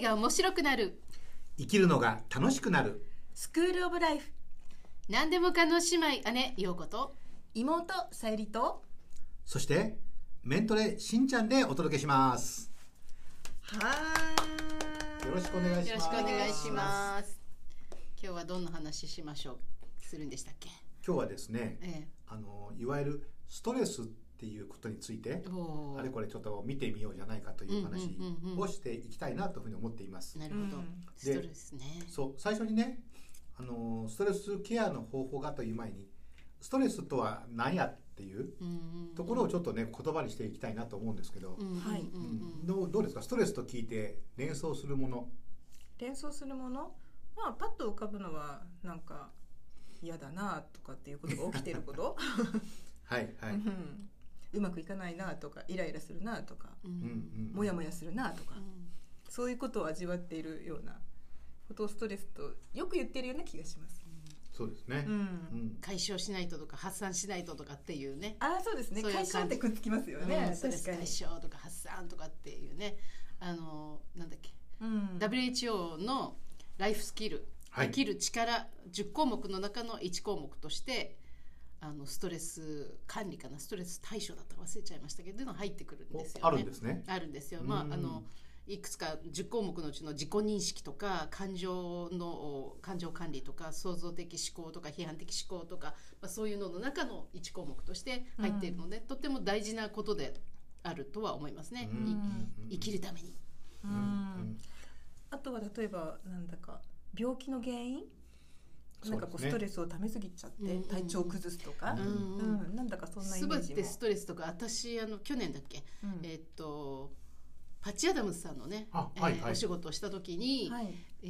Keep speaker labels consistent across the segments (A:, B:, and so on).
A: が面白くなる
B: 生きるのが楽しくなる
C: スクールオブライフ
A: 何でも可能姉妹姉陽子と
C: 妹さゆりと
B: そしてメントレしんちゃんでお届けします
C: はい
B: よろしくお願いします
A: よろしくお願いします今日はどんな話しましょうするんでしたっけ
B: 今日はですね
A: え
B: あのいわゆるストレスっていうことについて
A: えおー
B: あれこれちょっと見てみようじゃないかという話
A: うんうんうんうん
B: をしていきたいなというふうに思っています
A: なるほど、
C: うん
A: ストレスね
B: そう最初にねあのストレスケアの方法がという前にストレスとは何やっていう
A: うんうんうん
B: ところをちょっとね言葉にしていきたいなと思うんですけど
A: うんうんうん
C: はい
A: うん
B: どうどうですかストレスと聞いて連想するもの
C: 連想するものまあパッと浮かぶのはなんか嫌だなとかっていうことが起きてること、。
B: はい はいう
C: んうまくいかないなとかイライラするなとか
A: う
B: うん
A: ん
B: うん
C: モヤモヤするなとか
A: うん
C: そういうことを味わっているようなことをストレスとよく言ってるような気がします。
B: そうですね
C: う。、
B: うんん。
A: 解消しないととか発散しないととかっていうね
C: ああそうですね
A: そういう感
C: 解
A: じ
C: 消ってくっつきますよ
A: う
C: ね
A: ん、ストレ
C: 確
A: ス
C: かに
A: 解、消とか発散とかっていうねあのなんだっけ、
C: うん、
A: WHO のライフスキル、
B: はい
A: 生きる力10項目の中の1項目としてあのストレス管理かなストレス対処だったか忘れちゃいましたけどの入ってくるん
B: お
A: ですよね。
B: あるんですね。
A: あるんですよ。
B: うん
A: まああのいくつか10項目のうちの自己認識とか感情の感情管理とか創造的思考とか批判的思考とか、まあ、そういうのの中の1項目として入っているので、とっても大事なことであるとは思いますね。
B: うん
A: い
B: うん
A: 生きるために。
B: う
C: う
B: ん
C: んあとは例えばなんだか病気の原因なんかこうストレスをためすぎちゃっ
A: うんうん
C: て
A: うん
C: 体調を崩すとか、
B: うん
C: うんなんだかそんなイ
A: す
C: メ
A: べ
C: ージも
A: てストレスとか私あの去年だっけ、
C: うん
A: えっとパッチアダムスさんのね、
B: あはい
A: えー
B: はい
A: お仕事をした時に、
C: はい
A: え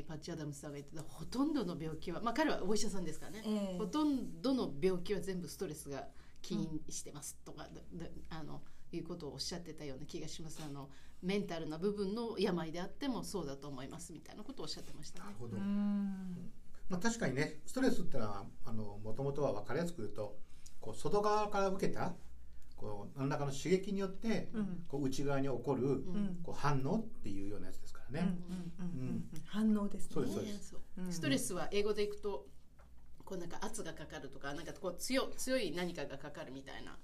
A: ーパッチアダムスさんが言ってたほとんどの病気は、まあ、彼はお医者さんですからね、
C: ええ
A: ほとんどの病気は全部ストレスが起因してますとか、だだあのいうことをおっしゃってたような気がしますあのメンタルな部分の病であってもそうだと思いますみたいなことをおっしゃってました
B: なる
A: ね。
B: ほど
C: う。ん
B: まあ確かにね、ストレスってのはあの元々は分かりやすく言うと、こう外側から受けたこう何らかの刺激によって、
C: うん
B: こう内側に起こる
C: うんうん
B: こう反応っていうようなやつですから
C: うん
B: ね。
C: うんうん反応ですね
B: そうですそうです
A: そう
C: うん
A: ストレスは英語でいくとこうなんか圧がかかるとかなんかこう強強い何かがかかるみたいな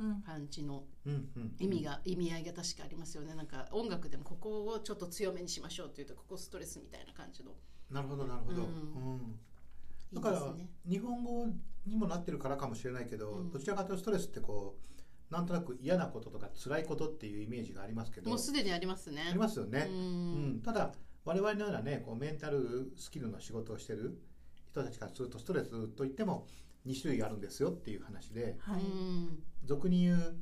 C: うん
A: 感じの
B: うんうん。
A: 意味が意味合いが確かありますよねなんか音楽でもここをちょっと強めにしましょうっていうとここストレスみたいな感じの
B: なるほどなるほど。
A: うん
B: うん。
A: い
B: だ
A: い
B: か
A: で
B: ら
A: すね
B: 日本語にもなってるからかもしれないけど、
A: うん
B: どちらかというとストレスってこうなんとなく嫌なこととか辛いことっていうイメージがありますけど、
A: もうすでにありますね
B: ありますよね。
A: う
B: うん
A: ん、
B: ただ我々のようなねこうメンタルスキルの仕事をしてる人たちからするとストレスといっても2種類あるんですよっていう話で
C: はい
A: うん
B: 俗に言う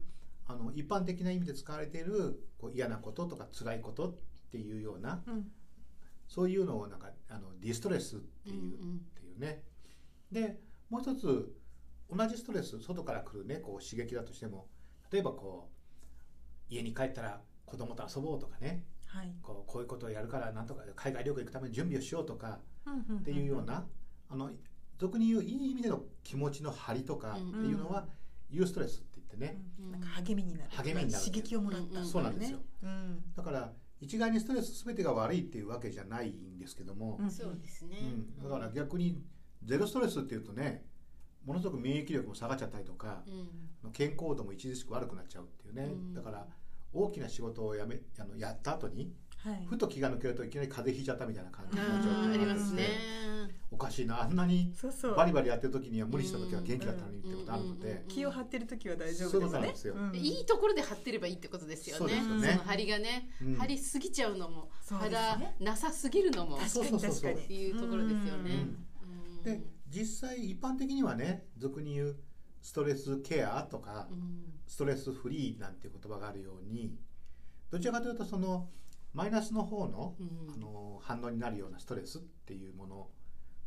B: あの一般的な意味で使われているこう嫌なこととか辛いことっていうような
C: うん
B: そういうのをなんかあのディストレスって
A: う
B: いう,、
A: んうん
B: っていうね。でもう一つ同じストレス外から来るねこう刺激だとしても例えばこう家に帰ったら子供と遊ぼうとかね、
C: はい
B: こうこういうことをやるからなんとか海外旅行行くために準備をしようとか
C: うんうん
B: っていうような、あの俗に言ういい意味での気持ちの張りとかっていうのは、ユーストレスって言ってね、
C: うんなんか励みになる
B: 励みになる
C: 刺激をもらった、
A: うん
B: そうなんですよ
C: うん
B: だから一概にストレス全てが悪いっていうわけじゃないんですけども、
C: うん
A: そうですね、
B: うんだから逆にゼロストレスっていうとねものすごく免疫力も下がっちゃったりとか
A: う、ん
B: 健康度も著しく悪くなっちゃうっていうね、
A: うん
B: だから大きな仕事をやめあのやった後に
C: はい
B: ふと気が抜けるといきなり風邪ひいちゃったみたいな感じになっちゃう
A: あーあ
B: って
A: り
B: いうのが
A: ま
B: あっ
A: す
B: て
A: ね
B: おかしいなあんなに
C: そうそう
B: バリバリやってる時には無理した時は元気だったのにってことあるの
A: うんうん
B: で
A: うん
C: 気を張ってる時は大丈夫で
B: そう
C: す
B: なん
C: ね
B: ですよ
C: うん
A: いいところで張ってればいいってことですよね
B: そうです
C: よね
A: その張りがね、
B: うん
A: 張りすぎちゃうのも
C: そう
A: 張
C: ですね
A: らなさすぎるのも
B: 確か
C: 確かに確かに
A: っていうところですよね
B: うん
A: うん
B: で実際一般的にはね俗に言うストレスケアとか
A: うん
B: ストレスフリーなんて言葉があるようにどちらかというとそのマイナスの方の
A: うん
B: あの反応になるようなストレスっていうもの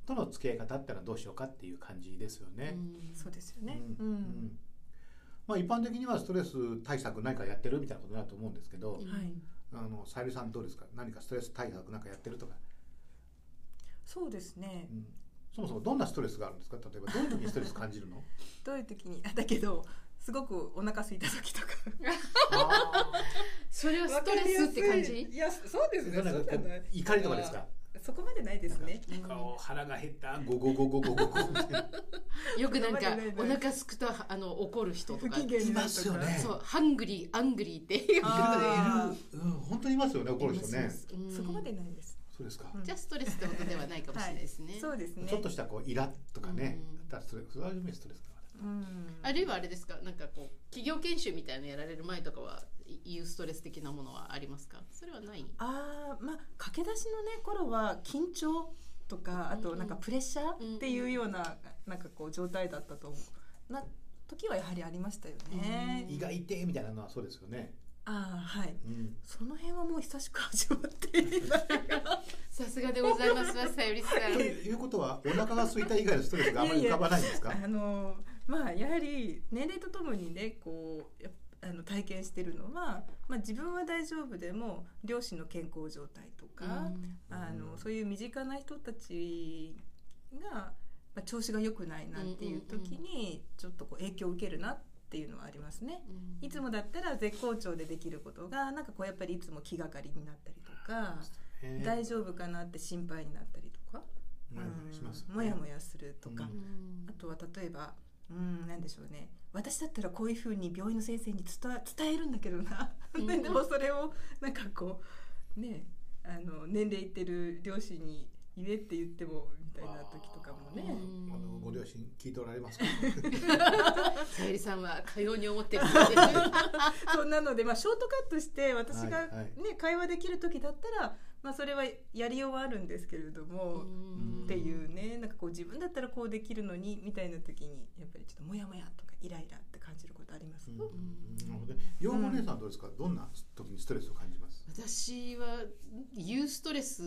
B: との付き合い方ってのはどうしようかっていう感じですよね。
A: うん
C: そうですよね
B: う
C: うん
B: んうんまあ、一般的にはストレス対策何かやってるみたいなことになると思うんですけ
A: う
B: ど、
A: ん
C: はい
B: あのさゆりさんどうですか何かストレス対策なんかやってるとか
C: そうですね
B: うんそもそもどんなストレスがあるんですか例えばどういう時にストレス感じるの
C: どういう時にあだけどすごくお腹空いた時とか
B: あ
A: それはストレスって感じ
C: いやそうです ね
B: な
C: そ
B: ん
C: う
B: か
C: じゃ
B: こ
C: ないう
B: 怒りとかですか
C: そこまでないですね
B: なんかお腹が減ったゴゴゴゴゴゴゴ
A: よくなんか
C: ないない
A: お
C: ない
A: 腹すくとあの怒る人と
C: 不
A: か
C: 機嫌になる
B: いますよね
A: そうハングリーアングリーっていう
C: あ
B: いるうん本当にいますよね怒る人ね
A: うん
C: そこまでないです、
B: そうですか
C: うん
A: じゃあストレスってことではないかもしれないですね、
C: そうですね
B: ちょっとしたこうイラッとかね
A: うん
B: だったらそれそれはストレスか
C: うん
A: あるいはあれですかなんかこう企業研修みたいなのやられる前とかはいいうストレス的なものはありますかそれはない
C: あーまあ駆け出しのね頃は緊張とかあとなんかプレッシャーっていうようななんかこう状態だったと思うな時はやはりありましたよね
A: う。ん
B: 胃が痛いみたいなのはそうですよね
C: ああはい。
B: うん
C: その辺はもう久しく始まっていない。
A: さすがでございますわさゆりさ
B: と
A: ん
B: いうことはお腹が空いた以外のストレスがあまり浮かばないんですか
C: あのまあやはり年齢とともにねこうやっあの体験してるのは、まあ、自分は大丈夫でも両親の健康状態とか、あ
B: う
C: の
B: ん
C: そういう身近な人たちが、まあ、調子が良くないなっていう時にちょっとこう影響を受けるなっていうのはありますね。いつもだったら絶好調でできることがなんかこうやっぱりいつも気がかりになったりとか
B: へー
C: 大丈夫かなって心配になったりとか
B: もやもやします
C: うんもやもやするとか、
B: う
A: うん
C: あとは例えばうんなんでしょうね私だったらこういうふうに病院の先生に伝わ伝えるんだけどな、
A: うん
C: でもそれをなんかこうねあの年齢いってる両親に言えって言ってもみたいな時とかも
B: う
C: ね
B: んあのご両親聞いておられますか
A: さゆりさんはかように思 ってるそうです
C: そんなので、まあ、ショートカットして私が、
B: は
C: ね
B: いはい
C: 会話できる時だったら、まあ、それはやりようはあるんですけれど
A: う
C: も。
A: ん
C: っていうねなんかこう自分だったらこうできるのにみたいな時にやっぱりちょっとモヤモヤとかイライラって感じることあります、
B: うんなるほどね洋子姉さんはどうですかどんな時にストレスを感じます
A: 私は言うストレス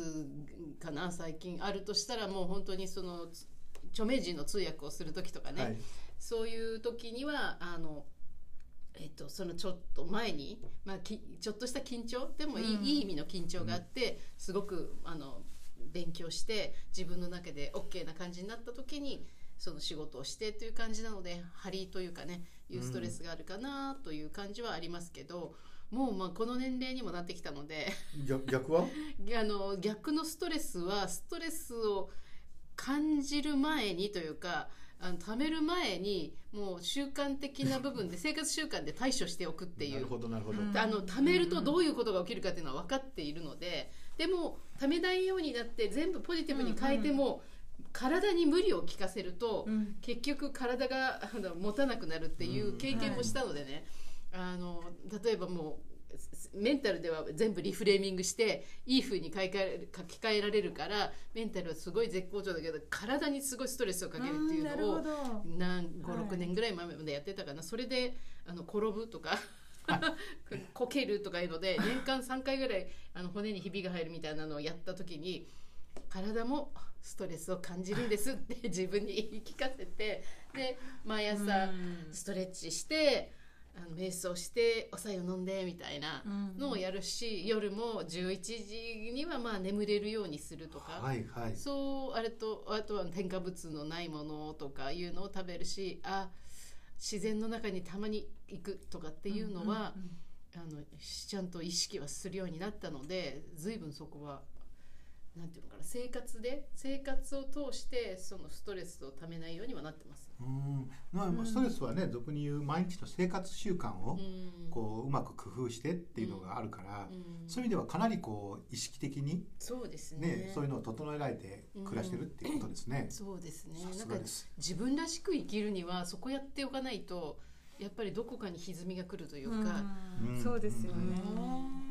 A: かな最近あるとしたらもう本当にその著名人の通訳をする時とかね、
B: はい
A: そういう時にはあのえっと、そのちょっと前に、まあ、きちょっとした緊張でもいい,、
C: うん
A: いい意味の緊張があって、すごくあの勉強して自分の中で OK な感じになった時にその仕事をしてという感じなので張りというかねいうストレスがあるかなという感じはありますけど、もうまあこの年齢にもなってきたので
B: 逆逆は
A: あの逆のストレスはストレスを感じる前にというかあの溜める前にもう習慣的な部 分で生活習慣で対処しておくってい
B: な
A: う
B: るほどなるほど
C: うん
A: あの貯めるとどういうことが起きるかっていうのは分かっているのででも貯めないようになって全部ポジティブに変えても、体に無理を効かせると、結局体があの持たなくなるっていう経験もしたのでね、あの例えばもうすメンタルでは全部リフレーミングしていい風に買い替える書き換えられるからメンタルはすごい絶好調だけど体にすごいストレスをかけるっていうのを
C: なるほど
A: 何56、
C: はい
A: 6年ぐらい前までやってたかなそれであの転ぶとか こけるとかいうので年間3回ぐらいあの骨にひびが入るみたいなのをやった時に体もストレスを感じるんですって 自分に言い聞かせてで毎朝ストレッチしてあの瞑想してお白湯飲んでみたいなのをやるし夜も11時にはまあ眠れるようにするとか。
B: はいはい
A: そうあれとあとは添加物のないものとかいうのを食べるしあ自然の中にたまに行くとかっていうのは、あのちゃんと意識はするようになったので随分そこはなんていうのかな生活で生活を通してそのストレスをためないようにはなってます。
B: うんまあまあストレスはね俗に言う毎日の生活習慣を
A: うん
B: こううまく工夫してっていうのがあるから
A: うん
B: そういう意味ではかなりこう意識的に
A: そうですね
B: ねそういうのを整えられて暮らしてるっていうことですね
A: そうですね
B: さ
A: な
B: す
A: ん
B: が
A: か
B: です
A: 自分らしく生きるにはそこやっておかないとやっぱりどこかに歪みが来るというか。
C: うん
B: うん
C: そうですよね、
A: うん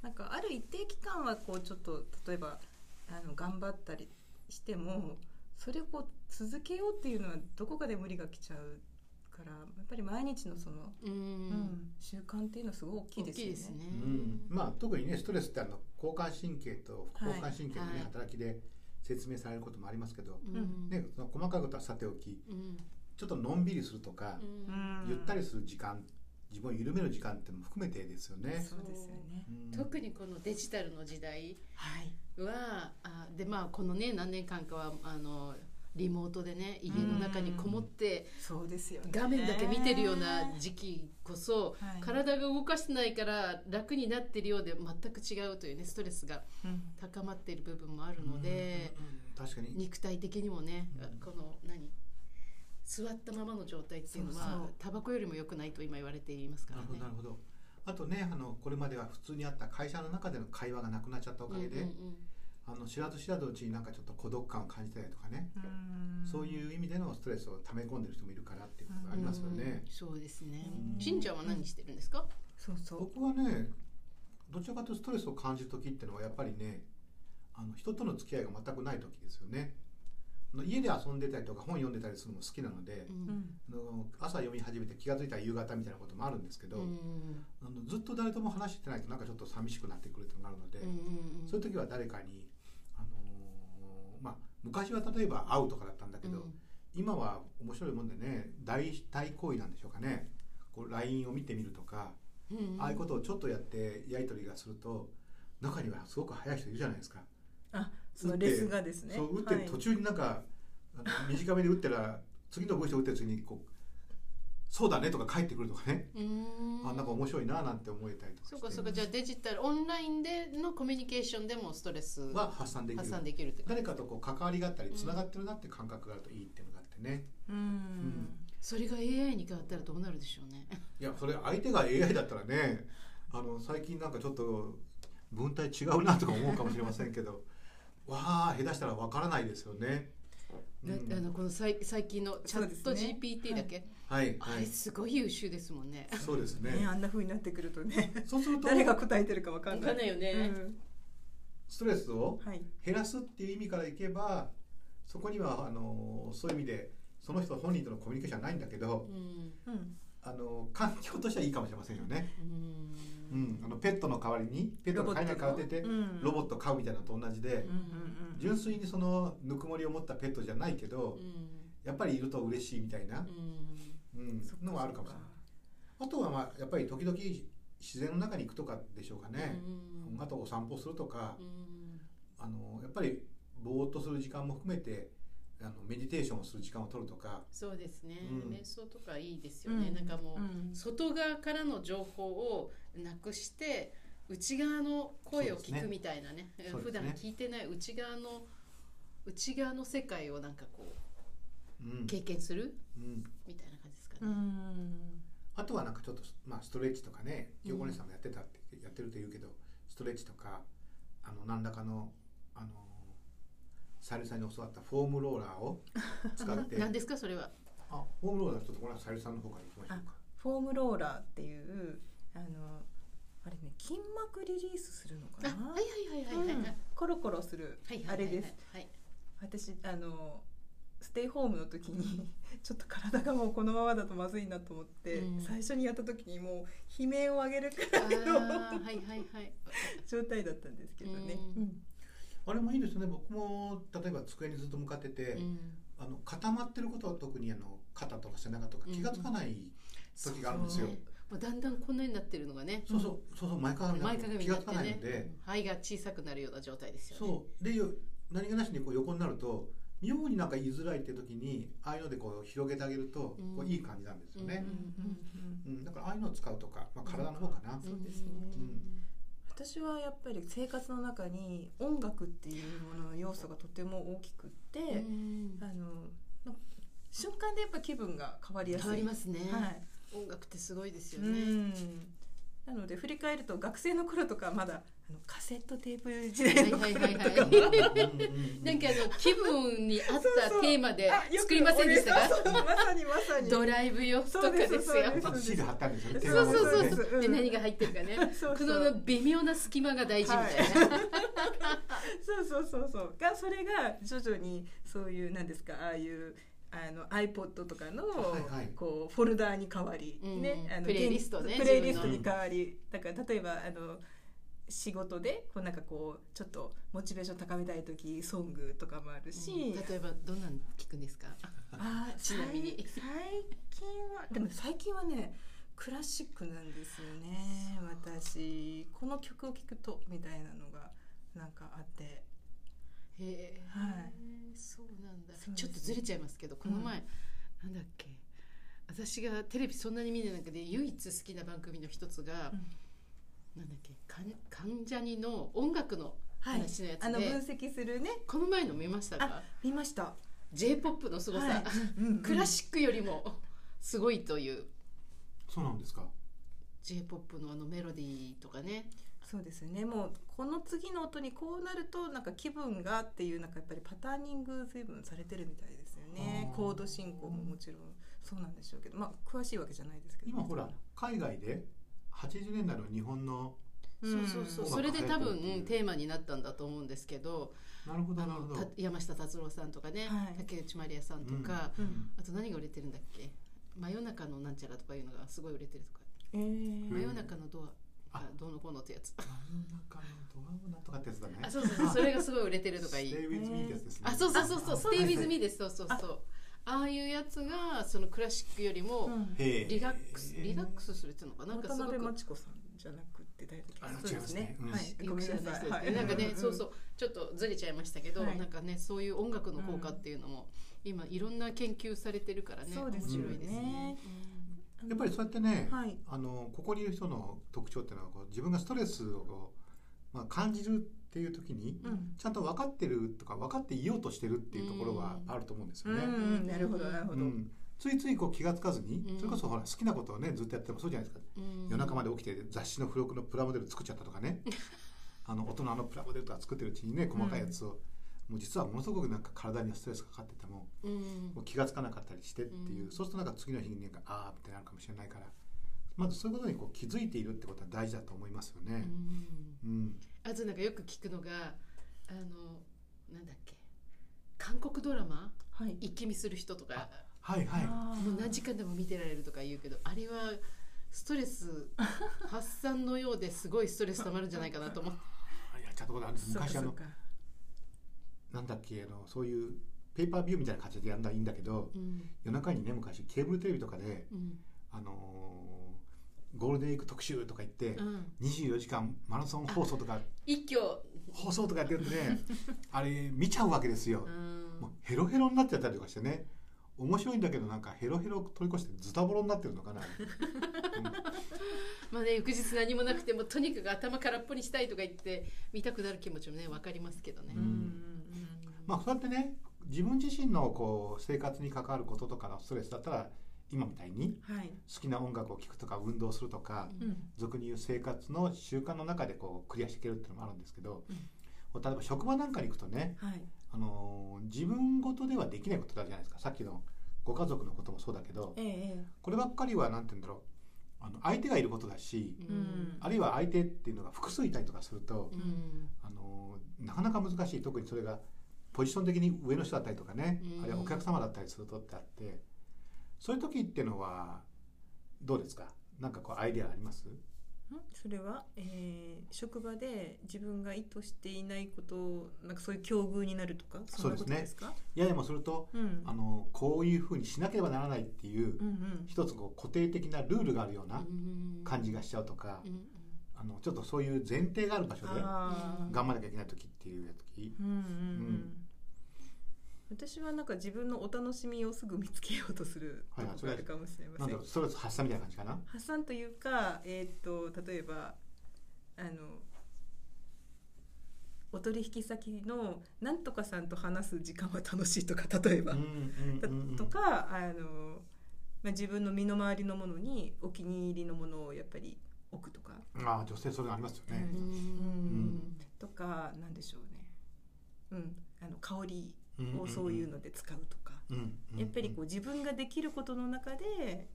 C: なんかある一定期間はこうちょっと例えばあの頑張ったりしてもそれをこう続けようっていうのはどこかで無理が来ちゃうからやっぱり毎日のその、
A: うん
C: うん習慣っていうのはすごい大きい
A: 大
C: です
A: き
C: よ
A: い
C: ね。
A: ですね。
B: うんまあ特にねストレスってあの交感神経と副交感神経の
A: はい
B: ね
A: はい
B: 働きで説明されることもありますけど
A: うんうん
B: ねその細かいことはさておき
A: うん
B: ちょっとのんびりするとか
A: うん
C: うん
B: ゆったりする時間自分を緩める時間っていうのも含めてですよね。
C: そうですよね。
B: うん
A: 特にこのデジタルの時代
C: はい。
A: はあでまあこのね何年間かはあのリモートでね家の中にこもって
C: そうですよね
A: 画面だけ見てるような時期こそ
C: はい
A: 体が動かしてないから楽になってるようで全く違うというねストレスが
C: うん
A: 高まっている部分もあるので
B: うんうんうん確かに
A: 肉体的にもね
B: うん
A: この何座ったままの状態っていうの
C: そうそ
A: は
C: う
A: タバコよりも良くないと今言われていますから
B: なるほどなる
A: ね。
B: ほどあとねあのこれまでは普通にあった会社の中での会話がなくなっちゃったおかげで、
A: うんうんうん
B: あの知らず知らずのうちになんかちょっと孤独感を感じたりとかね、
C: うん
B: そういう意味でのストレスを溜め込んでる人もいるからっていうことがありますよね
A: う、んそうですね
B: う。ん
A: しんちゃんは何してるんですか？
C: そうそう
B: 僕はねどちらかというとストレスを感じる時ってのはやっぱりねあの人との付き合いが全くない時ですよねあの家で遊んでたりとか本読んでたりするのも好きなので、
A: うん
C: うん
B: あの朝読み始めて気が付いたら夕方みたいなこともあるんですけど、
A: うん
B: あのずっと誰とも話してないとなんかちょっと寂しくなってくるっていうのがあるので、
A: うんうんうん
B: そういう時は誰かに、あのーまあ、昔は例えば会うとかだったんだけど、
A: うん
B: 今は面白いもんでね代替行為なんでしょうかねこう LINE を見てみるとか、
A: うんうん
B: ああいうことをちょっとやってやり取りがすると中にはすごく早い人いるじゃないですか。
C: あそのレスがですね
B: そう打ってる途中になんか、あの短めで打ったら次の文章打ってる次にこう「そうだね」とか返ってくるとかね、
A: うん
B: あなんか面白いななんて思えたりとか
A: そうか
B: して
A: そうかじゃあデジタルオンラインでのコミュニケーションでもストレス
B: は発散でき
A: 発
B: る
A: 散できるってこと
B: 誰かとこう関わりがあったりつながってるなって感覚があるといいっていうのがあってね、
C: うん、
A: それが AI に変わったらどうなるでしょうね
B: いやそれ相手が AI だったらねあの最近なんかちょっと文体違うなとか思うかもしれませんけどわあ下手したらわからないですよね。う
A: だ
B: ん
A: ってあのこの最最近のチャッ
C: そ
A: ト
C: うですね
A: GPT だっけ、
B: はい
A: あ
B: は
A: れ
B: い
A: すごい優秀ですもんね
B: そうですね
C: ねあんな風になってくるとね
B: そうすると
C: 誰が答えてるかわかんない
A: わかんないよね
B: ストレスを
C: うんはい
B: 減らすっていう意味からいけばそこにはあのそういう意味でその人本人とのコミュニケーションはないんだけど
A: うん
C: うん
B: あの環境としてはいいかもしれませんよね。
A: うん
B: うん、あのペットの代わりにペットが飼えない飼ってて
C: ロボットのうん
B: ロボット飼うみたいなのと同じで
A: う
C: うんうんうん
B: 純粋にそのぬくもりを持ったペットじゃないけ
A: う
B: ど
A: ん
B: やっぱりいると嬉しいみたいな、
A: うん
B: うん、
C: そっ
B: のはあるかもしれないあとはまあやっぱり時々自然の中に行くとかでしょうかね、
A: うん
B: あとお散歩するとか
A: うん
B: あのやっぱりぼーっとする時間も含めてあのメディテーションをする時間を取るとか
A: そうですね、
B: うん
A: 瞑想とかいいですよね、なんかもう、
C: ん
A: 外側からの情報をなくして内側の声を聞くみたいなね
B: ですね
A: 普段
B: そうです
A: 聞いてない内側の内側の世界をなんかこ
B: うん
A: う経験する
B: うん、
A: みたいな感じですかね。
C: うん
B: あとはなんかちょっと、まあ、ストレッチとかね
A: うん
B: 横根さんもやってたって、やってると言うけどストレッチとかあの何らかのあのさゆりさんに教わったフォームローラーを使っ て
A: 何ですかそれは。
B: あフォームローラーちょっとこれはさゆりさんの方からいきましょうか
C: フォームローラーっていうあのあれね筋膜リリースするのか
A: あ
C: な
A: はいはいはいはいはい。
C: うんコロコロする
A: はいはいはいはい
C: あれです。
A: はい。
C: 私あのステイホームの時に ちょっと体がもうこのままだとまずいなと思って、
A: うん
C: 最初にやった時にもう悲鳴を上げるく
A: あ
C: らいの
A: ーはいはい はい。
C: 状態だったんですけどね、
A: うん
B: あれもいいですね僕も例えば机にずっと向かってて、
A: うん
B: あの固まってることは特にあの肩とか背中とか気がつかない、時があるんですよ
A: そうねもうだんだんこんなになってるのがね。
B: そうそうそうそう前かがみな
A: 前
B: の
A: かがみ
B: 気
A: に
B: が
A: なっ
B: つか
A: て
B: ない
A: ね
B: ので、。
A: 肺が小さくなるような状態ですよね。
B: そうでよ何気なしにこう横になると妙になんか言いづらいっていう時にああいうのでこう広げてあげると
A: うん
B: こういい感じなんですよね、
C: うん
B: うんだからああいうのを使うとか、まあ、体の方かな、
C: そうですね
B: ん
C: 私はやっぱり生活の中に音楽っていうものの要素がとても大きくって、
A: うん
C: あのなんか瞬間でやっぱ気分が変わりやすい
A: 変わりますね、
C: はい
A: 音楽ってすごいですよ
C: う
A: ね、
C: んなので振り返ると学生の頃とかまだあのカセットテープ時代の頃とか、
A: はいはいはいはい
B: うん
A: なんかあの気分に合ったテーマで
C: あよく
A: 作りませんでしたか
C: そうそうまさにまさ に
A: ドライブ用とかですよ
C: そうです
B: ちょっとシール貼ったんですよ
A: そ
B: ね手
A: う
B: の
A: そう
B: 中
A: そう
B: で
A: そう
B: ね
C: うん
A: で何が入ってるかね
C: そうそ
A: こ
C: う
A: の微妙な隙間が大事みたいな、
C: そうそうそうそうがそれが徐々にそういうなんですかああいうあの iPod とかの、
B: はいはい
C: こうフォルダーに変わり、
A: うん
C: ねあの
A: プレイリストね
C: 現プレイリス
B: 自
C: ト
B: 分の
C: に変わりだから例えばあの仕事でこうなんかこうちょっとモチベーション高めたい時ソングとかもあるし、
A: うん例えばどんなの聞くんですか
C: あー
A: ちなみに
C: さい最近はでも最近はねクラシックなんですよね私この曲を聴くとみたいなのがなんかあって
A: へえ、、
C: はい
A: そうなんだ
C: そうです
A: ちょっとずれちゃいますけどこの前、なんだっけ私がテレビそんなに見ない中で唯一好きな番組の一つが、なんだっけかん関ジャニの音楽の
C: はい
A: 話のやつで
C: あの分析するね
A: この前の見ましたか
C: 見ました
A: j p o p のすごさ、
C: はいうんうん
A: クラシックよりもすごいという
B: そうなんですか
A: j p o p のあのメロディーとかね
C: そうですねもうこの次の音にこうなるとなんか気分がっていうなんかやっぱりパターニング随分されてるみたいですよね
B: あー
C: コード進行ももちろんそうなんでしょうけどまあ詳しいわけじゃないですけど
B: 今ほら海外で80年代の日本の
A: そうそうそううんそれで多
B: 音楽入って
A: 分
B: る
A: テーマになったんだと思うんですけど
B: なるほど
A: あ
B: なる
A: の
B: ほど
A: た山下達郎さんとかね、
C: はい
A: 竹内まりやさんとか、
C: うんうん
A: あと何が売れてるんだっけ真夜中のなんちゃらとかいうのがすごい売れてるとか、
C: えー
B: うん
A: 真夜中のドアがどうのこうのってやつ
B: 真夜中のドアもなんとかってやつだね
A: あそうそうそうそれがすごい売れてるとかいい
B: Stay with me ってやつですね
A: あそうそうそうそう「ステイ・ウィズ・ミー」ですそうそう
C: あ
A: そうああいうやつがそのクラシックよりも
C: うん
B: へえ
A: リラックス、リラックスするっていうのかななんか
C: 渡
A: すご
C: 辺真
A: く
C: 知子さんじゃなくて誰だっけ
B: あ
C: そうですね
B: 違い
C: は
B: ますね
C: い
A: よ
C: ご
A: く
C: め
A: 知
C: ん
A: ら
C: な
A: ない
C: さ
A: 人
C: い
A: で、
C: はい
A: なんかね、
C: ん
A: そうそうちょっとずれちゃいましたけど、
C: はい
A: なんかねそういう音楽の効果っていうのも、今いろんな研究されてるからね
C: そうです
B: よ
A: 面白いですね
C: ね、うん
B: やっぱりそうやってね、
C: はい
B: あのここにいる人の特徴っていうのはこう自分がストレスをこう、まあ、感じるっていう時に
C: うん
B: ちゃんと分かってるとか分かっていようとしてるっていうところは
A: うん
B: あると思うんです
C: う
B: よ
C: ん
B: ね。
C: うんなるほどなるほ
B: う
C: ど
B: んついついこう気がつかずに、
A: うん
B: それこそほら好きなことをねずっとやってもそうじゃないですか、
A: うん
B: 夜中まで起きて雑誌の付録のプラモデル作っちゃったとかねあの大人のプラモデルとか作ってるうちにね細かいやつを、もう実はものすごくなんか体にストレスかかってても
A: うん
B: もう気がつかなかったりしてっていう、
A: うん
B: そうするとなんか次の日になんかああみたいになるかもしれないからまずそういうことにこう気づいているってことは大事だと思いますよ
A: う
B: ね。
A: ん
B: うん、
A: あとなんかよく聞くのがあのなんだっけ韓国ドラマ
C: はい
A: 一気見する人とか
B: はいはい。
C: あー
A: もう何時間でも見てられるとか言うけどあれはストレ ス発散のようですごいストレス溜まるんじゃないかなと思 って
B: あやっちゃったことあるんです
C: そうか
B: 昔あ
C: そう
B: の
C: か
B: なんだっけあのそういうペーパービューみたいな感じでやんだらいいんだけど
A: うん
B: 夜中にね昔ケーブルテレビとかで、
A: うん
B: あのーゴールデンウィーク特集とか言って、
A: うん
B: 24時間マラソン放送とか
A: 一挙
B: 放送とかやってるとねあれ見ちゃうわけですよ。
A: うん
B: もうヘロヘロになっちゃったりとかしてね面白いんだけどなんかヘロヘロ取り越してズタボロになってるのかな
A: まあね翌日何もなくてもとにかく頭空っぽにしたいとか言って見たくなる気持ちもねわかりますけどね
C: うんうんうん
B: まあそうやってね自分自身のこう生活に関わることとかのストレスだったら今みたいに
C: はい
B: 好きな音楽を聴くとか運動するとか
A: うん
C: うん
B: 俗に言う生活の習慣の中でこうクリアしていけるっていうのもあるんですけど
A: うん
B: 例えば職場なんかに行くとね、
C: はい
B: あのー自分ごとではできないことだじゃないですかさっきのご家族のこともそうだけど
C: ええええ
B: こればっかりは何て言うんだろうあの相手がいることだし
A: うん
B: あるいは相手っていうのが複数いたりとかすると、
A: うん
B: あのなかなか難しい特にそれがポジション的に上の人だったりとかね、
A: うん
B: あるいはお客様だったりするとってあってそういう時っていうのはどうですかなんかこうアイデアあります
C: んそれは、えー、職場で自分が意図していないことをなんかそういう境遇になるとかそんなことですか
B: ややもすると
C: うん
B: あのこういうふうにしなければならないっていう、
C: うんうん
B: 一つこう固定的なルールがあるような
A: うん
B: 感じがしちゃうとか、
A: うん
B: あのちょっとそういう前提がある場所で
C: あー
B: 頑張らなきゃいけない時っていう時
C: うんうんうん
B: うん
C: 私はなんか自分のお楽しみをすぐ見つけようとする
B: は
C: と
B: い
C: こ
B: はい
C: ろがあるかもしれま
B: なん
C: せ
B: だろ
C: ん
B: うストレス発散みたいな感じかな。
C: 発散というか、えー、と例えばあのお取引先のなんとかさんと話す時間は楽しいとか例えば、だとかあの、まあ、自分の身の回りのものにお気に入りのものをやっぱり置くとか
B: ああ女性それありますよね
A: う。ん
C: とかなんでしょうね、うん、あの香り
B: うんん
C: をそういうので使うとか、
B: うんうんうん
C: やっぱりこう自分ができることの中で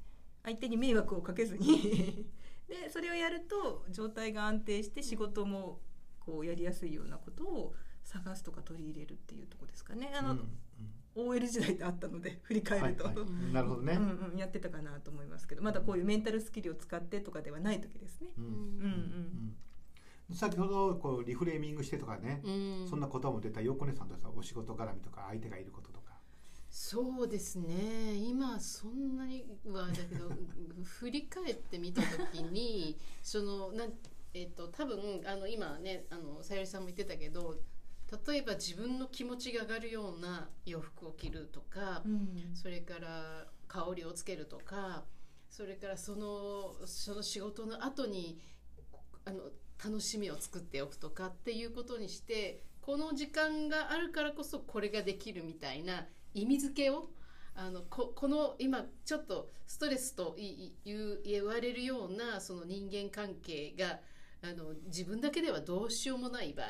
C: 相手に迷惑をかけずに でそれをやると状態が安定して仕事もこうやりやすいようなことを探すとか取り入れるっていうとこですかねあの、
B: うん
C: OL 時代ってあったので振り
B: うん
C: 返ると。
B: はいはい
A: うん
B: なるほどね。
C: うんうん、やってたかなと思いますけどまだこういうメンタルスキルを使ってとかではない時ですね。
B: う
A: うん
C: うんうんん、
B: うん先ほどこうリフレーミングしてとかね、
A: うん
B: そんな言葉も出たようこねさんとさお仕事絡みとか相手がいることとか。
A: そうですね今そんなにはだけど 振り返ってみた時にそのなんえっと多分あの今ねあのさゆりさんも言ってたけど例えば自分の気持ちが上がるような洋服を着るとか、
C: うん
A: それから香りをつけるとかそれからそのその仕事の後にあの楽しみを作っておくとかっていうことにしてこの時間があるからこそこれができるみたいな意味付けをあのここの今ちょっとストレスといい言う言われるようなその人間関係があの自分だけではどうしようもない場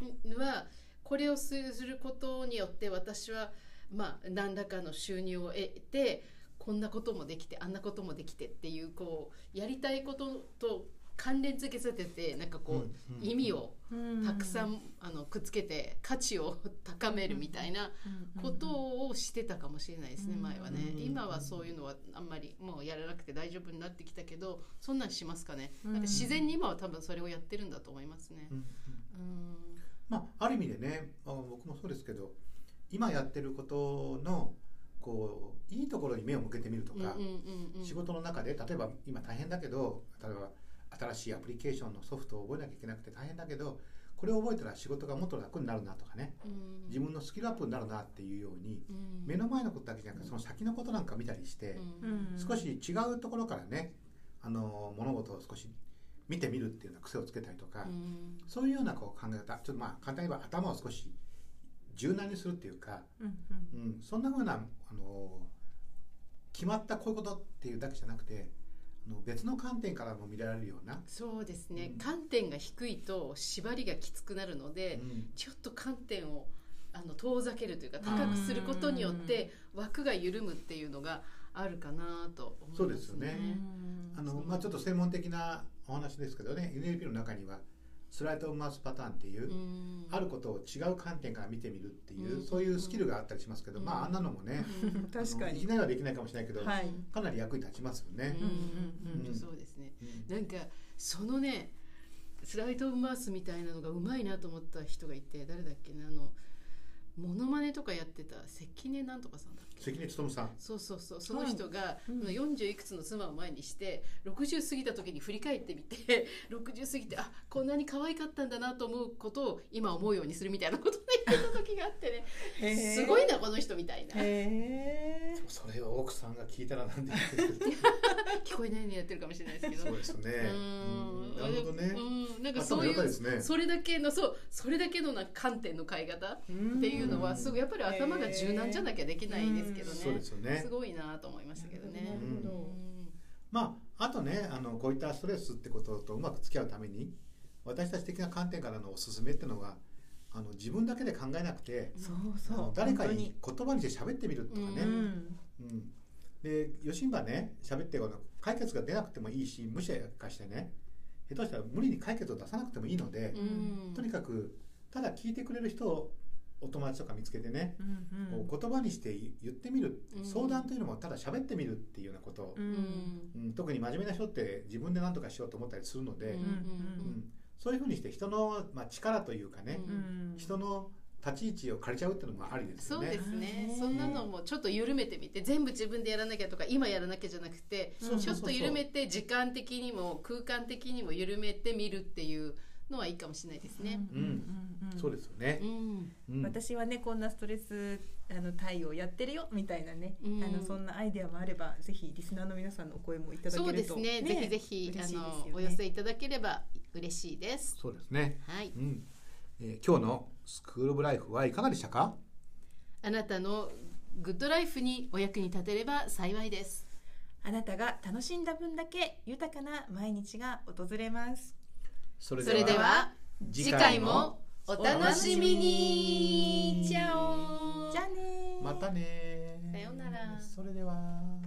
A: 合はこれをするすることによって私はまあ、何らかの収入を得てこんなこともできてあんなこともできてっていうこうやりたいことと関連付けさせてなんかこう、意味をたくさん、あのくっつけて価値を 高めるみたいなことをしてたかもしれないですね、
C: うん
A: 前はね、
B: うん
A: 今はそういうのはあんまりもうやらなくて大丈夫になってきたけどそんなんしますかね、
C: うん
A: なんか自然に今は多分それをやってるんだと思いますね。
B: うん
A: うん
B: まあ、ある意味でねあの僕もそうですけど今やってることのこういいところに目を向けてみるとか、
A: うんうんうんうん
B: 仕事の中で例えば今大変だけど例えば新しいアプリケーションのソフトを覚えなきゃいけなくて大変だけどこれを覚えたら仕事がもっと楽になるなとかね
A: うん
B: 自分のスキルアップになるなっていうように
A: うん
B: 目の前のことだけじゃなくてその先のことなんか見たりして
A: うん
B: 少し違うところからねあの物事を少し見てみるっていうような癖をつけたりとか、
A: うん
B: そういうようなこう考え方ちょっとまあ簡単に言えば頭を少し柔軟にするっていうか、
C: うん
B: うん、そんなふうな、あの決まったこういうことっていうだけじゃなくてあの別の観点からも見られるような、
A: そうですね、
B: うん
A: 観点が低いと縛りがきつくなるので、
B: うん
A: ちょっと観点をあの遠ざけるというか高くすることによって枠が緩むっていうのがあるかなと思います、ね、
B: そうですよねあ
A: そ
B: の
A: う
B: まあ、ちょっと専門的なお話ですけどね NLP の中にはスライドを回すパターンっていうう、
A: ん
B: あることを違う観点から見てみるっていう、
A: うん
B: そういうスキルがあったりしますけど、
A: うん
B: まああんなのもね、
A: うん
B: あの
C: 確か
B: いき
C: に
B: なりはできないかもしれないけど、
C: はい
B: かなり役に立ちますよね。
A: うん
B: うん
A: そうですね
B: うん
A: なんかそのねスライドを回すみたいなのがうまいなと思った人がいて誰だっけねあのモノマネとかやってた関根なんとかさんだっけ
B: 関根勤さん
A: そうそうそうその人が、
C: うん
A: 40いくつの妻を前にして60過ぎた時に振り返ってみて 60過ぎてあこんなに可愛かったんだなと思うことを今思うようにするみたいなことで言った時があってねすごいなこの人みたいな
C: へー
B: それを奥さんが聞いたらなんて言ってる
A: 聞こえないようにやってるかもしれないですけど
B: そうですね。
A: う
B: うん
A: ん
B: なるほどね。
A: うんなんかそ
B: 頭
A: うい
B: 良かっ
A: う
B: たですね。
A: それだけのそうそれだけのな観点の変え方っ
C: っ
A: て
C: て
A: いうの
B: う
A: は
B: ん
A: すごいやっぱり頭が柔軟じゃなきゃできないですけど
B: そう
A: ね
B: ですよね
A: す。ごいなと思いましたけど
C: な
A: ね
C: る。
B: ほど
A: うん
B: まああとねあのこういったストレスってこととうまく付き合うために私たち的な観点からのおすすめってのがあの自分だけで考えなくて、
C: そう
B: あ
C: そ
B: の
C: う
B: 誰か
C: 本当
B: に言葉にして喋ってみるとか
A: う
B: ね。
C: ん
B: うん。で余震波ね喋ってこの解決が出なくてもいいしむしゃかしてね下手したら無理に解決を出さなくてもいいので、
A: うん
B: とにかくただ聞いてくれる人をお友達とか見つけてね、
C: うんうん
B: こう言葉にして言ってみる、
A: うん
B: 相談というのもただ喋ってみるっていうようなこと、
C: う
A: うんん
B: うん特に真面目な人って自分で何とかしようと思ったりするの
A: う
B: で、うんん
A: うん
B: そういうふうにして人の、まあ、力というかね、
C: うん
B: 人の立ち位置を借りちゃうっていうのもありです
A: そ
B: よ
A: う
B: ね。
A: ですね
C: ね
A: そんなのもちょっと緩めてみて全部自分でやらなきゃとか今やらなきゃじゃなくて
B: そうそう
A: ち
B: そ
A: ょ
B: う
A: っと緩めて時間的にも空間的にも緩めてみるっていうのはいいかもしれないですね。
C: うんうんうん
B: そうですよね
A: う。ん
B: うん
C: 私はねこんなストレスあの対応やってるよみたいなね、
A: うん
C: あのそんなアイデアもあればぜひリスナーの皆さんのお声もいただけると
A: そうですねぜひぜひ、
C: 嬉
A: あ
C: しいですよね
A: のお寄せいただければ嬉しいです。
B: そうですね。
A: はい、
B: うん、えー今日のスクールオブライフはいかがでしたか？
A: あなたのグッドライフにお役に立てれば幸いです。
C: あなたが楽しんだ分だけ豊かな毎日が訪れます
B: それ
A: それでは次回もお楽しみに。チャオ。
C: じゃあねー
B: またねー。
A: さようなら
B: それでは。